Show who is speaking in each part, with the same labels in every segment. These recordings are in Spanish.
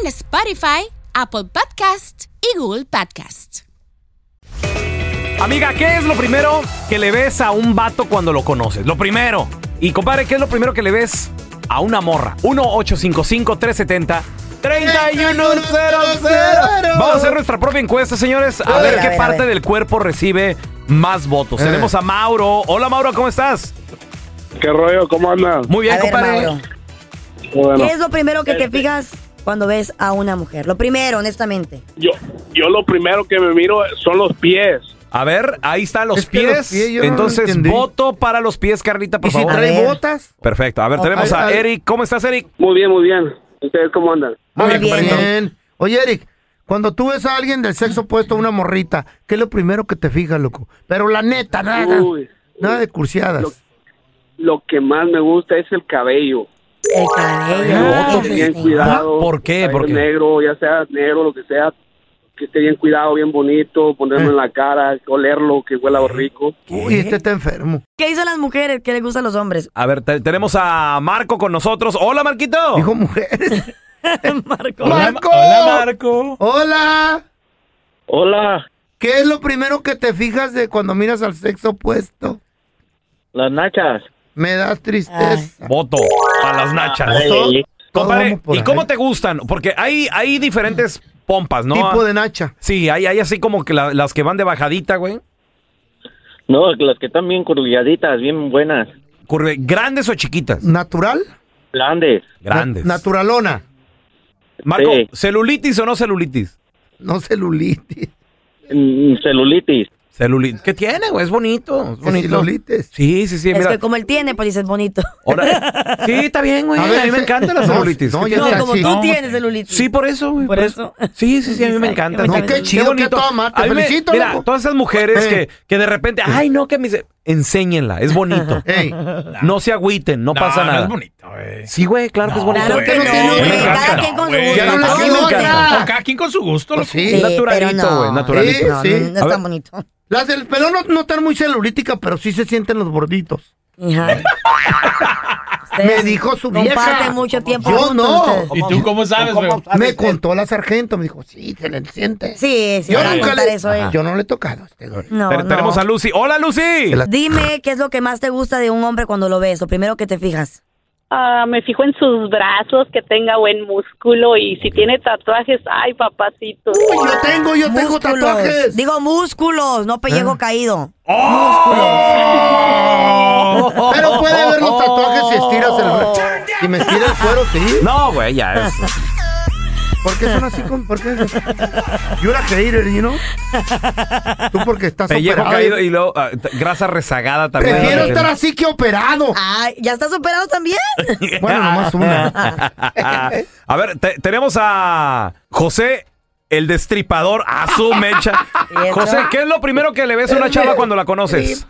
Speaker 1: en Spotify, Apple Podcast y Google Podcast.
Speaker 2: Amiga, ¿qué es lo primero que le ves a un vato cuando lo conoces? Lo primero. Y compadre, ¿qué es lo primero que le ves a una morra? 1-855-370. 3100. Vamos a hacer nuestra propia encuesta, señores. A,
Speaker 3: A
Speaker 2: ver,
Speaker 3: ver, a
Speaker 2: qué
Speaker 3: ver, a
Speaker 2: parte
Speaker 3: ver.
Speaker 2: del cuerpo recibe más votos.
Speaker 4: Eh.
Speaker 2: Tenemos a Mauro. Hola, Mauro, ¿cómo estás?
Speaker 4: ¿Qué rollo? ¿Cómo andas?
Speaker 2: Muy bien,
Speaker 4: A ver,
Speaker 2: compadre.
Speaker 4: Mauro. Bueno,
Speaker 3: ¿Qué es lo primero que te fijas cuando ves a una mujer? Lo primero, honestamente.
Speaker 4: yo, yo lo primero que me miro ¿eh? son los pies.
Speaker 2: A ver, ahí están los
Speaker 4: Es que
Speaker 2: pies.
Speaker 4: los pies yo no
Speaker 2: Entonces,
Speaker 4: entendí.
Speaker 2: voto para los pies, Carlita, por
Speaker 4: ¿Y si
Speaker 2: favor.
Speaker 4: trae A ver. botas?
Speaker 2: Perfecto. A ver,
Speaker 4: Ok.
Speaker 2: tenemos a
Speaker 4: Ay, ay.
Speaker 2: Eric. ¿Cómo estás, Eric?
Speaker 4: Muy bien, muy bien. ¿Ustedes cómo andan?
Speaker 2: Muy
Speaker 5: Muy
Speaker 2: bien,
Speaker 5: bien.
Speaker 2: compadrito.
Speaker 5: Oye, Eric, cuando tú ves a alguien del sexo opuesto, una morrita, ¿qué es lo primero que te fijas, loco? Pero la neta, nada.
Speaker 4: Uy.
Speaker 5: nada de cursiadas.
Speaker 4: Lo- Lo que más me gusta es el cabello.
Speaker 3: El cabello.
Speaker 6: Ah,
Speaker 4: que esté Ah, pues, bien cuidado.
Speaker 2: ¿Por qué?
Speaker 4: cabello
Speaker 2: ¿Por qué?
Speaker 4: Negro, ya sea negro, lo que sea. Que esté bien cuidado, bien bonito,
Speaker 2: Eh.
Speaker 4: ponerlo en la cara, olerlo, que huela rico.
Speaker 5: Uy, este está enfermo.
Speaker 3: ¿Qué dicen las mujeres? ¿Qué les gusta a los hombres?
Speaker 2: A ver, te- tenemos a Marco con nosotros. Hola, Marquito. Dijo
Speaker 5: mujeres.
Speaker 3: Marco.
Speaker 5: ¡Marco!
Speaker 2: Marco.
Speaker 5: ¡Hola!
Speaker 7: Hola.
Speaker 5: ¿Qué es lo primero que te fijas de cuando miras al sexo opuesto?
Speaker 7: Las nachas.
Speaker 5: Me das tristeza.
Speaker 2: Voto a las nachas.
Speaker 5: Ay,
Speaker 2: Todo-
Speaker 5: ay, ay.
Speaker 2: Compadre,
Speaker 5: Todo Ah, vamos por
Speaker 2: ¿y
Speaker 5: ahí.
Speaker 2: cómo te gustan? Porque hay, hay diferentes pompas, ¿no? ah.
Speaker 5: Tipo de nacha.
Speaker 2: Sí, hay, hay así como que la- las que van de bajadita, güey.
Speaker 7: No, las que están bien curviaditas, bien buenas.
Speaker 2: Curve- ¿Grandes o chiquitas?
Speaker 5: ¿Natural?
Speaker 7: Grandes.
Speaker 2: Grandes.
Speaker 5: Naturalona.
Speaker 2: Marco,
Speaker 7: Sí.
Speaker 2: ¿celulitis o no celulitis?
Speaker 5: No celulitis.
Speaker 7: mm, celulitis.
Speaker 2: Celulitis. ¿Qué tiene, güey? Es bonito. Es bonito.
Speaker 5: Celulitis.
Speaker 2: Sí, sí, sí.
Speaker 3: es
Speaker 2: mira.
Speaker 3: que como él tiene, pues dices bonito.
Speaker 2: Ahora- sí, está bien, güey. A,
Speaker 5: A ver,
Speaker 2: mí me
Speaker 5: ese-
Speaker 2: encanta la
Speaker 5: no,
Speaker 2: celulitis.
Speaker 5: no,
Speaker 2: ¿Qué
Speaker 5: ya
Speaker 2: tiene?
Speaker 5: sé,
Speaker 3: Como
Speaker 5: sí.
Speaker 3: tú
Speaker 5: No,
Speaker 3: tienes celulitis.
Speaker 2: Sí, por eso, güey. Por, eso. Sí, sí, sí, a mí me encanta.
Speaker 5: No, qué chido, qué a toda madre, te
Speaker 2: A mí me-
Speaker 5: felicito,
Speaker 2: Mira,
Speaker 5: loco.
Speaker 2: todas esas mujeres
Speaker 5: Eh.
Speaker 2: que, que de repente, ay, no, que me dice, enséñenla, es bonito.
Speaker 5: Ey,
Speaker 2: No se agüiten, no, pasa nada.
Speaker 8: bonito, güey.
Speaker 2: Sí, güey, claro que es bonito.
Speaker 3: Claro que no tiene
Speaker 2: Me
Speaker 3: hombre,
Speaker 2: encanta.
Speaker 3: Cada quien con su
Speaker 8: güey.
Speaker 3: gusto.
Speaker 5: Ya no le
Speaker 3: a todos
Speaker 5: sigo
Speaker 3: nos
Speaker 5: acá.
Speaker 3: gusta.
Speaker 8: O cada quien con su gusto.
Speaker 5: pues
Speaker 8: loco.
Speaker 5: sí.
Speaker 3: Sí,
Speaker 2: naturalito,
Speaker 3: pero no,
Speaker 2: güey, naturalito.
Speaker 3: No, no,
Speaker 5: Sí.
Speaker 3: no,
Speaker 2: A
Speaker 3: es
Speaker 2: ver.
Speaker 3: tan bonito.
Speaker 5: Las del pelón no, no están muy celulíticas, pero sí se sienten los borditos.
Speaker 3: Hija.
Speaker 5: Me dijo su vieja.
Speaker 3: Comparte mucho tiempo.
Speaker 5: Yo
Speaker 3: juntos
Speaker 5: no.
Speaker 3: ustedes.
Speaker 8: ¿Y tú cómo sabes, güey?
Speaker 5: Me contó la sargento, me dijo, sí, se le siente.
Speaker 3: Sí, sí,
Speaker 5: yo,
Speaker 3: van a
Speaker 5: nunca
Speaker 3: contar
Speaker 5: le,
Speaker 3: eso, eh.
Speaker 5: yo no le he tocado a este güey.
Speaker 3: No,
Speaker 2: Te-
Speaker 3: no.
Speaker 2: Tenemos a Lucy. ¡Hola, Lucy!
Speaker 3: Dime qué es lo que más te gusta de un hombre cuando lo ves, lo primero que te fijas.
Speaker 9: Ah, me fijo en sus brazos, que tenga buen músculo y si tiene tatuajes, ay, papacito.
Speaker 5: Uy, yo tengo, yo tengo tatuajes. Ah.
Speaker 3: Digo músculos, no pellejo caído.
Speaker 2: ¡Oh!
Speaker 5: Pero puede ver los tatuajes si estiras el brazo.
Speaker 3: Oh.
Speaker 5: Si me estira el cuero, sí.
Speaker 2: No, güey, ya es.
Speaker 5: ¿Por qué son así? Con, ¿Por qué? You're a hater, you know? Tú porque estás
Speaker 2: Pellejo
Speaker 5: operado.
Speaker 2: caído y luego ah, t- grasa rezagada también.
Speaker 5: Prefiero
Speaker 2: Porque-
Speaker 5: estar así que operado.
Speaker 3: Ay, ¿ya estás operado también?
Speaker 5: Bueno, nomás una.
Speaker 2: A ver, te- tenemos a José, el destripador, a su mecha.
Speaker 3: ¿Y eso?
Speaker 2: José, ¿qué es lo primero que le ves a una chava cuando la conoces?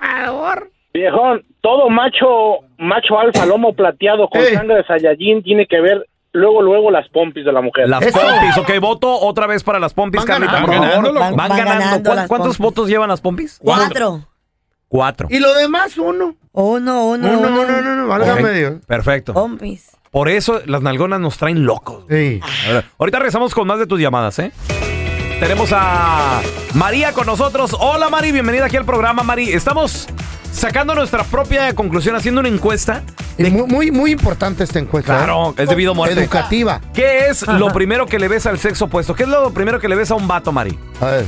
Speaker 7: Viejón, todo macho, macho alfa, lomo plateado
Speaker 6: Eh.
Speaker 7: con
Speaker 5: Ey.
Speaker 7: sangre de Saiyajin tiene que ver luego, luego las pompis de la mujer.
Speaker 2: Las
Speaker 5: Eso.
Speaker 2: pompis, ok, voto otra vez para las pompis,
Speaker 5: Van
Speaker 2: Carlita,
Speaker 5: ganando,
Speaker 2: por
Speaker 8: van
Speaker 2: favor.
Speaker 8: ganando,
Speaker 2: Van,
Speaker 3: loco. Van
Speaker 2: ganando.
Speaker 3: ganando
Speaker 2: ¿Cuán-
Speaker 3: las
Speaker 2: ¿Cuántos
Speaker 3: pompis.
Speaker 2: votos llevan las pompis?
Speaker 3: Cuatro.
Speaker 2: Cuatro.
Speaker 5: Y lo demás, uno.
Speaker 3: Uno, uno,
Speaker 5: Uno,
Speaker 3: uno.
Speaker 5: uno, uno, uno. Válgame
Speaker 2: Ok,
Speaker 5: Dios.
Speaker 3: Oh.
Speaker 2: Perfecto.
Speaker 3: Pompis.
Speaker 2: Por eso las nalgonas nos traen locos.
Speaker 5: Sí.
Speaker 2: A ver, Ahorita regresamos con más de tus llamadas, ¿eh? Tenemos a María con nosotros. Hola Mari, bienvenida aquí al programa Mari. Estamos sacando nuestra propia conclusión, haciendo una encuesta
Speaker 5: Y Muy, muy, muy importante esta encuesta.
Speaker 2: Claro,
Speaker 5: ¿eh?
Speaker 2: es debido a muerte.
Speaker 5: Educativa.
Speaker 2: ¿Qué es lo primero que le ves al sexo opuesto? ¿Qué es lo primero que le ves a un vato, Mari?
Speaker 5: A ver.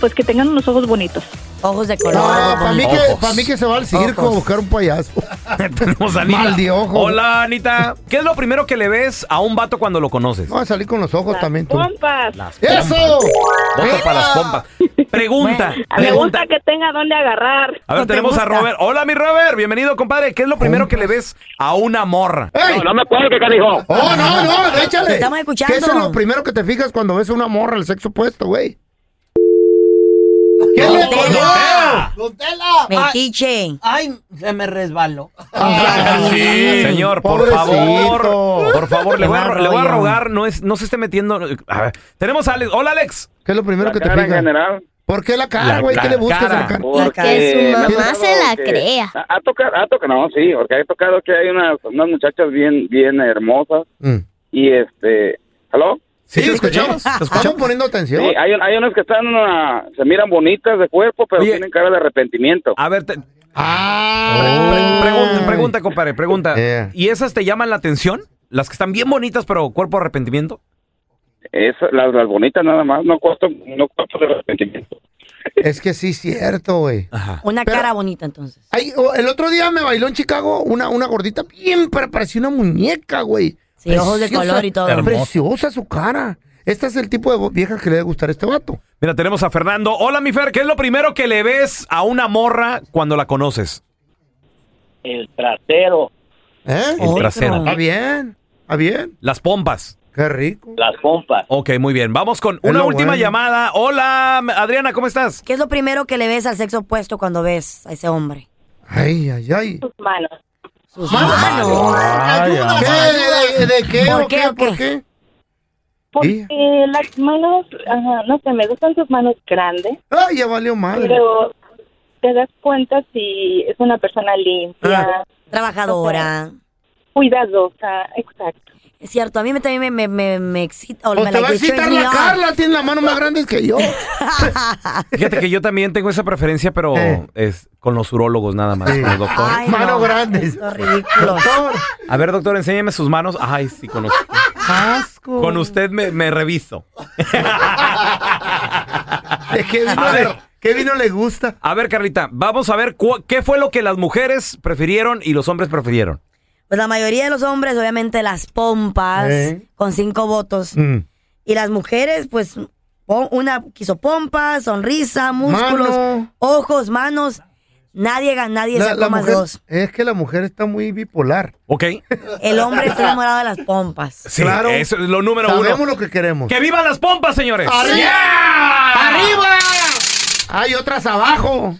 Speaker 9: Pues que tengan unos ojos bonitos.
Speaker 3: Ojos de
Speaker 5: No,
Speaker 3: color.
Speaker 5: para mí, que,
Speaker 2: ojos.
Speaker 5: pa' mí que se va al circo
Speaker 3: Ojos.
Speaker 5: a buscar un payaso.
Speaker 2: Tenemos a Anita.
Speaker 5: Mal de ojo.
Speaker 2: Hola, Anita. ¿Qué es lo primero que le ves a un vato cuando lo conoces?
Speaker 5: No, a salir con los ojos también tú.
Speaker 9: Pompas.
Speaker 2: Las
Speaker 5: ¡Eso!
Speaker 2: Voto para las pompas. Pregunta.
Speaker 9: Me
Speaker 2: pregunta.
Speaker 9: gusta que tenga dónde agarrar.
Speaker 2: A ver,
Speaker 3: No te
Speaker 2: tenemos a
Speaker 3: gusta.
Speaker 2: Robert. Hola, mi Robert. Bienvenido, compadre. ¿Qué es lo primero que le ves a una morra?
Speaker 5: ¡Ey!
Speaker 4: No, no me acuerdo qué canijo.
Speaker 5: ¡Oh, no, no! ¡Échale!
Speaker 3: Estamos escuchando.
Speaker 5: ¿Qué es lo primero que te fijas cuando ves a una morra el sexo opuesto, güey? ¿Qué
Speaker 3: Don
Speaker 5: le
Speaker 3: Tela.
Speaker 2: ¡Ah!
Speaker 3: Metiche.
Speaker 6: Ay, se me resbaló.
Speaker 5: Ah, sí.
Speaker 2: Señor, por
Speaker 5: Pobrecito.
Speaker 2: favor, por favor, le voy, a,
Speaker 3: Qué
Speaker 2: ro-
Speaker 3: mal
Speaker 2: le voy a
Speaker 3: rollo.
Speaker 2: rogar, no es, no se esté metiendo. A ver, tenemos a Alex. Hola, Alex.
Speaker 5: ¿Qué es lo primero que te
Speaker 4: cara en
Speaker 5: fijas?
Speaker 4: general.
Speaker 5: ¿Por qué la
Speaker 2: La
Speaker 5: cara, güey? ¿Qué
Speaker 2: cara.
Speaker 5: le buscas a la
Speaker 2: Cara.
Speaker 5: cara?
Speaker 3: Que
Speaker 4: Eh,
Speaker 5: mamá
Speaker 4: me ha tocado
Speaker 1: se la
Speaker 4: que-
Speaker 1: crea.
Speaker 4: Ha, ha tocado, ha tocado, no, sí, porque ha tocado que hay unas, unas muchachas bien, bien hermosas
Speaker 5: Mm.
Speaker 4: y este, ¿aló?
Speaker 5: Sí,
Speaker 2: ¿te
Speaker 5: ¿te escuchamos?
Speaker 2: escuchamos?
Speaker 5: ¿Te
Speaker 3: Ah.
Speaker 5: escuchamos poniendo atención?
Speaker 4: Sí, hay, un- hay unas que están, ah, se miran bonitas de cuerpo, pero
Speaker 2: Oye.
Speaker 4: tienen cara de arrepentimiento.
Speaker 2: A ver,
Speaker 3: Oh.
Speaker 2: te- pre-
Speaker 5: Ah,
Speaker 2: pregunta, pregunta, compadre, pregunta.
Speaker 3: Eh.
Speaker 5: Yeah.
Speaker 2: ¿Y esas te llaman la atención? Las que están bien bonitas, pero cuerpo arrepentimiento.
Speaker 4: Esa- las, las bonitas nada más, no cuesta no cuerpo de arrepentimiento.
Speaker 5: Es que sí, cierto, güey.
Speaker 2: Ajá.
Speaker 3: Una
Speaker 5: Pero-
Speaker 3: cara bonita, entonces.
Speaker 5: Ay, o- El otro día me bailó en Chicago una, una gordita bien, pero parecía una muñeca, güey.
Speaker 3: Sí, ojos de color y todo.
Speaker 5: Preciosa su cara. Este es el tipo de vo- vieja que le debe gustar a este vato.
Speaker 2: Mira, tenemos a Fernando. Hola, mi Fer. ¿Qué es lo primero que le ves a una morra cuando la conoces?
Speaker 7: El trasero,
Speaker 5: ¿Eh?
Speaker 2: El
Speaker 3: Otro.
Speaker 2: trasero.
Speaker 5: Está bien, está bien.
Speaker 2: Las pompas.
Speaker 5: Qué rico.
Speaker 7: las pompas.
Speaker 2: Ok, muy bien. Vamos con
Speaker 5: lo
Speaker 2: una última
Speaker 5: bueno.
Speaker 2: llamada. Hola, Adriana, ¿cómo estás?
Speaker 3: ¿Qué es lo primero que le ves al sexo opuesto cuando ves a ese hombre?
Speaker 5: Ay, ay, ay.
Speaker 9: Sus manos.
Speaker 3: Sus manos.
Speaker 5: ¿Qué? ¿De, de- de qué?
Speaker 3: ¿Por
Speaker 5: ¿O
Speaker 3: qué,
Speaker 5: qué?
Speaker 3: o qué?
Speaker 5: ¿Por qué?
Speaker 9: Porque
Speaker 5: Sí.
Speaker 9: las manos, ajá, no sé, me gustan sus manos grandes,
Speaker 5: Ay, ya valió madre.
Speaker 9: pero te das cuenta si es una persona limpia,
Speaker 3: Trabajadora.
Speaker 9: cuidadosa, exacto.
Speaker 3: Es cierto, a mí me, también me, me, me, me excita. O
Speaker 5: O
Speaker 3: me
Speaker 5: te va a
Speaker 3: like, it turns
Speaker 5: excitar
Speaker 3: me
Speaker 5: la
Speaker 3: on.
Speaker 5: Carla, tiene la mano más grande que yo.
Speaker 2: Fíjate que yo también tengo esa preferencia, pero
Speaker 5: Eh.
Speaker 2: es con los urólogos nada más,
Speaker 5: Sí.
Speaker 2: con los doctores.
Speaker 3: Ay,
Speaker 5: Mano
Speaker 3: no.
Speaker 5: grande.
Speaker 3: Son ridículos.
Speaker 2: A ver, doctor, enséñeme sus manos. Ay, sí, con usted.
Speaker 5: Asco.
Speaker 2: Con usted me, me reviso.
Speaker 5: ¿De qué vino,
Speaker 2: A
Speaker 5: le-
Speaker 2: ver.
Speaker 5: qué vino le gusta?
Speaker 2: A ver, Carlita, vamos a ver cu- qué fue lo que las mujeres prefirieron y los hombres prefirieron.
Speaker 3: Pues la mayoría de los hombres, obviamente, las pompas,
Speaker 5: Eh.
Speaker 3: con cinco votos. Y las mujeres, pues, po- una quiso pompas, sonrisa, músculos,
Speaker 5: Mano.
Speaker 3: ojos, manos. Nadie gana, nadie
Speaker 5: La,
Speaker 3: sacó
Speaker 5: la
Speaker 3: más
Speaker 5: mujer,
Speaker 3: dos.
Speaker 5: es que la mujer está muy bipolar.
Speaker 2: ¿Ok?
Speaker 3: El hombre está enamorado de las pompas.
Speaker 2: Sí,
Speaker 5: Claro.
Speaker 2: Eso es lo número
Speaker 5: Sabemos
Speaker 2: uno.
Speaker 5: lo que queremos.
Speaker 2: ¡Que vivan las pompas, señores!
Speaker 5: ¡Arriba! ¡Arriba! Hay otras abajo.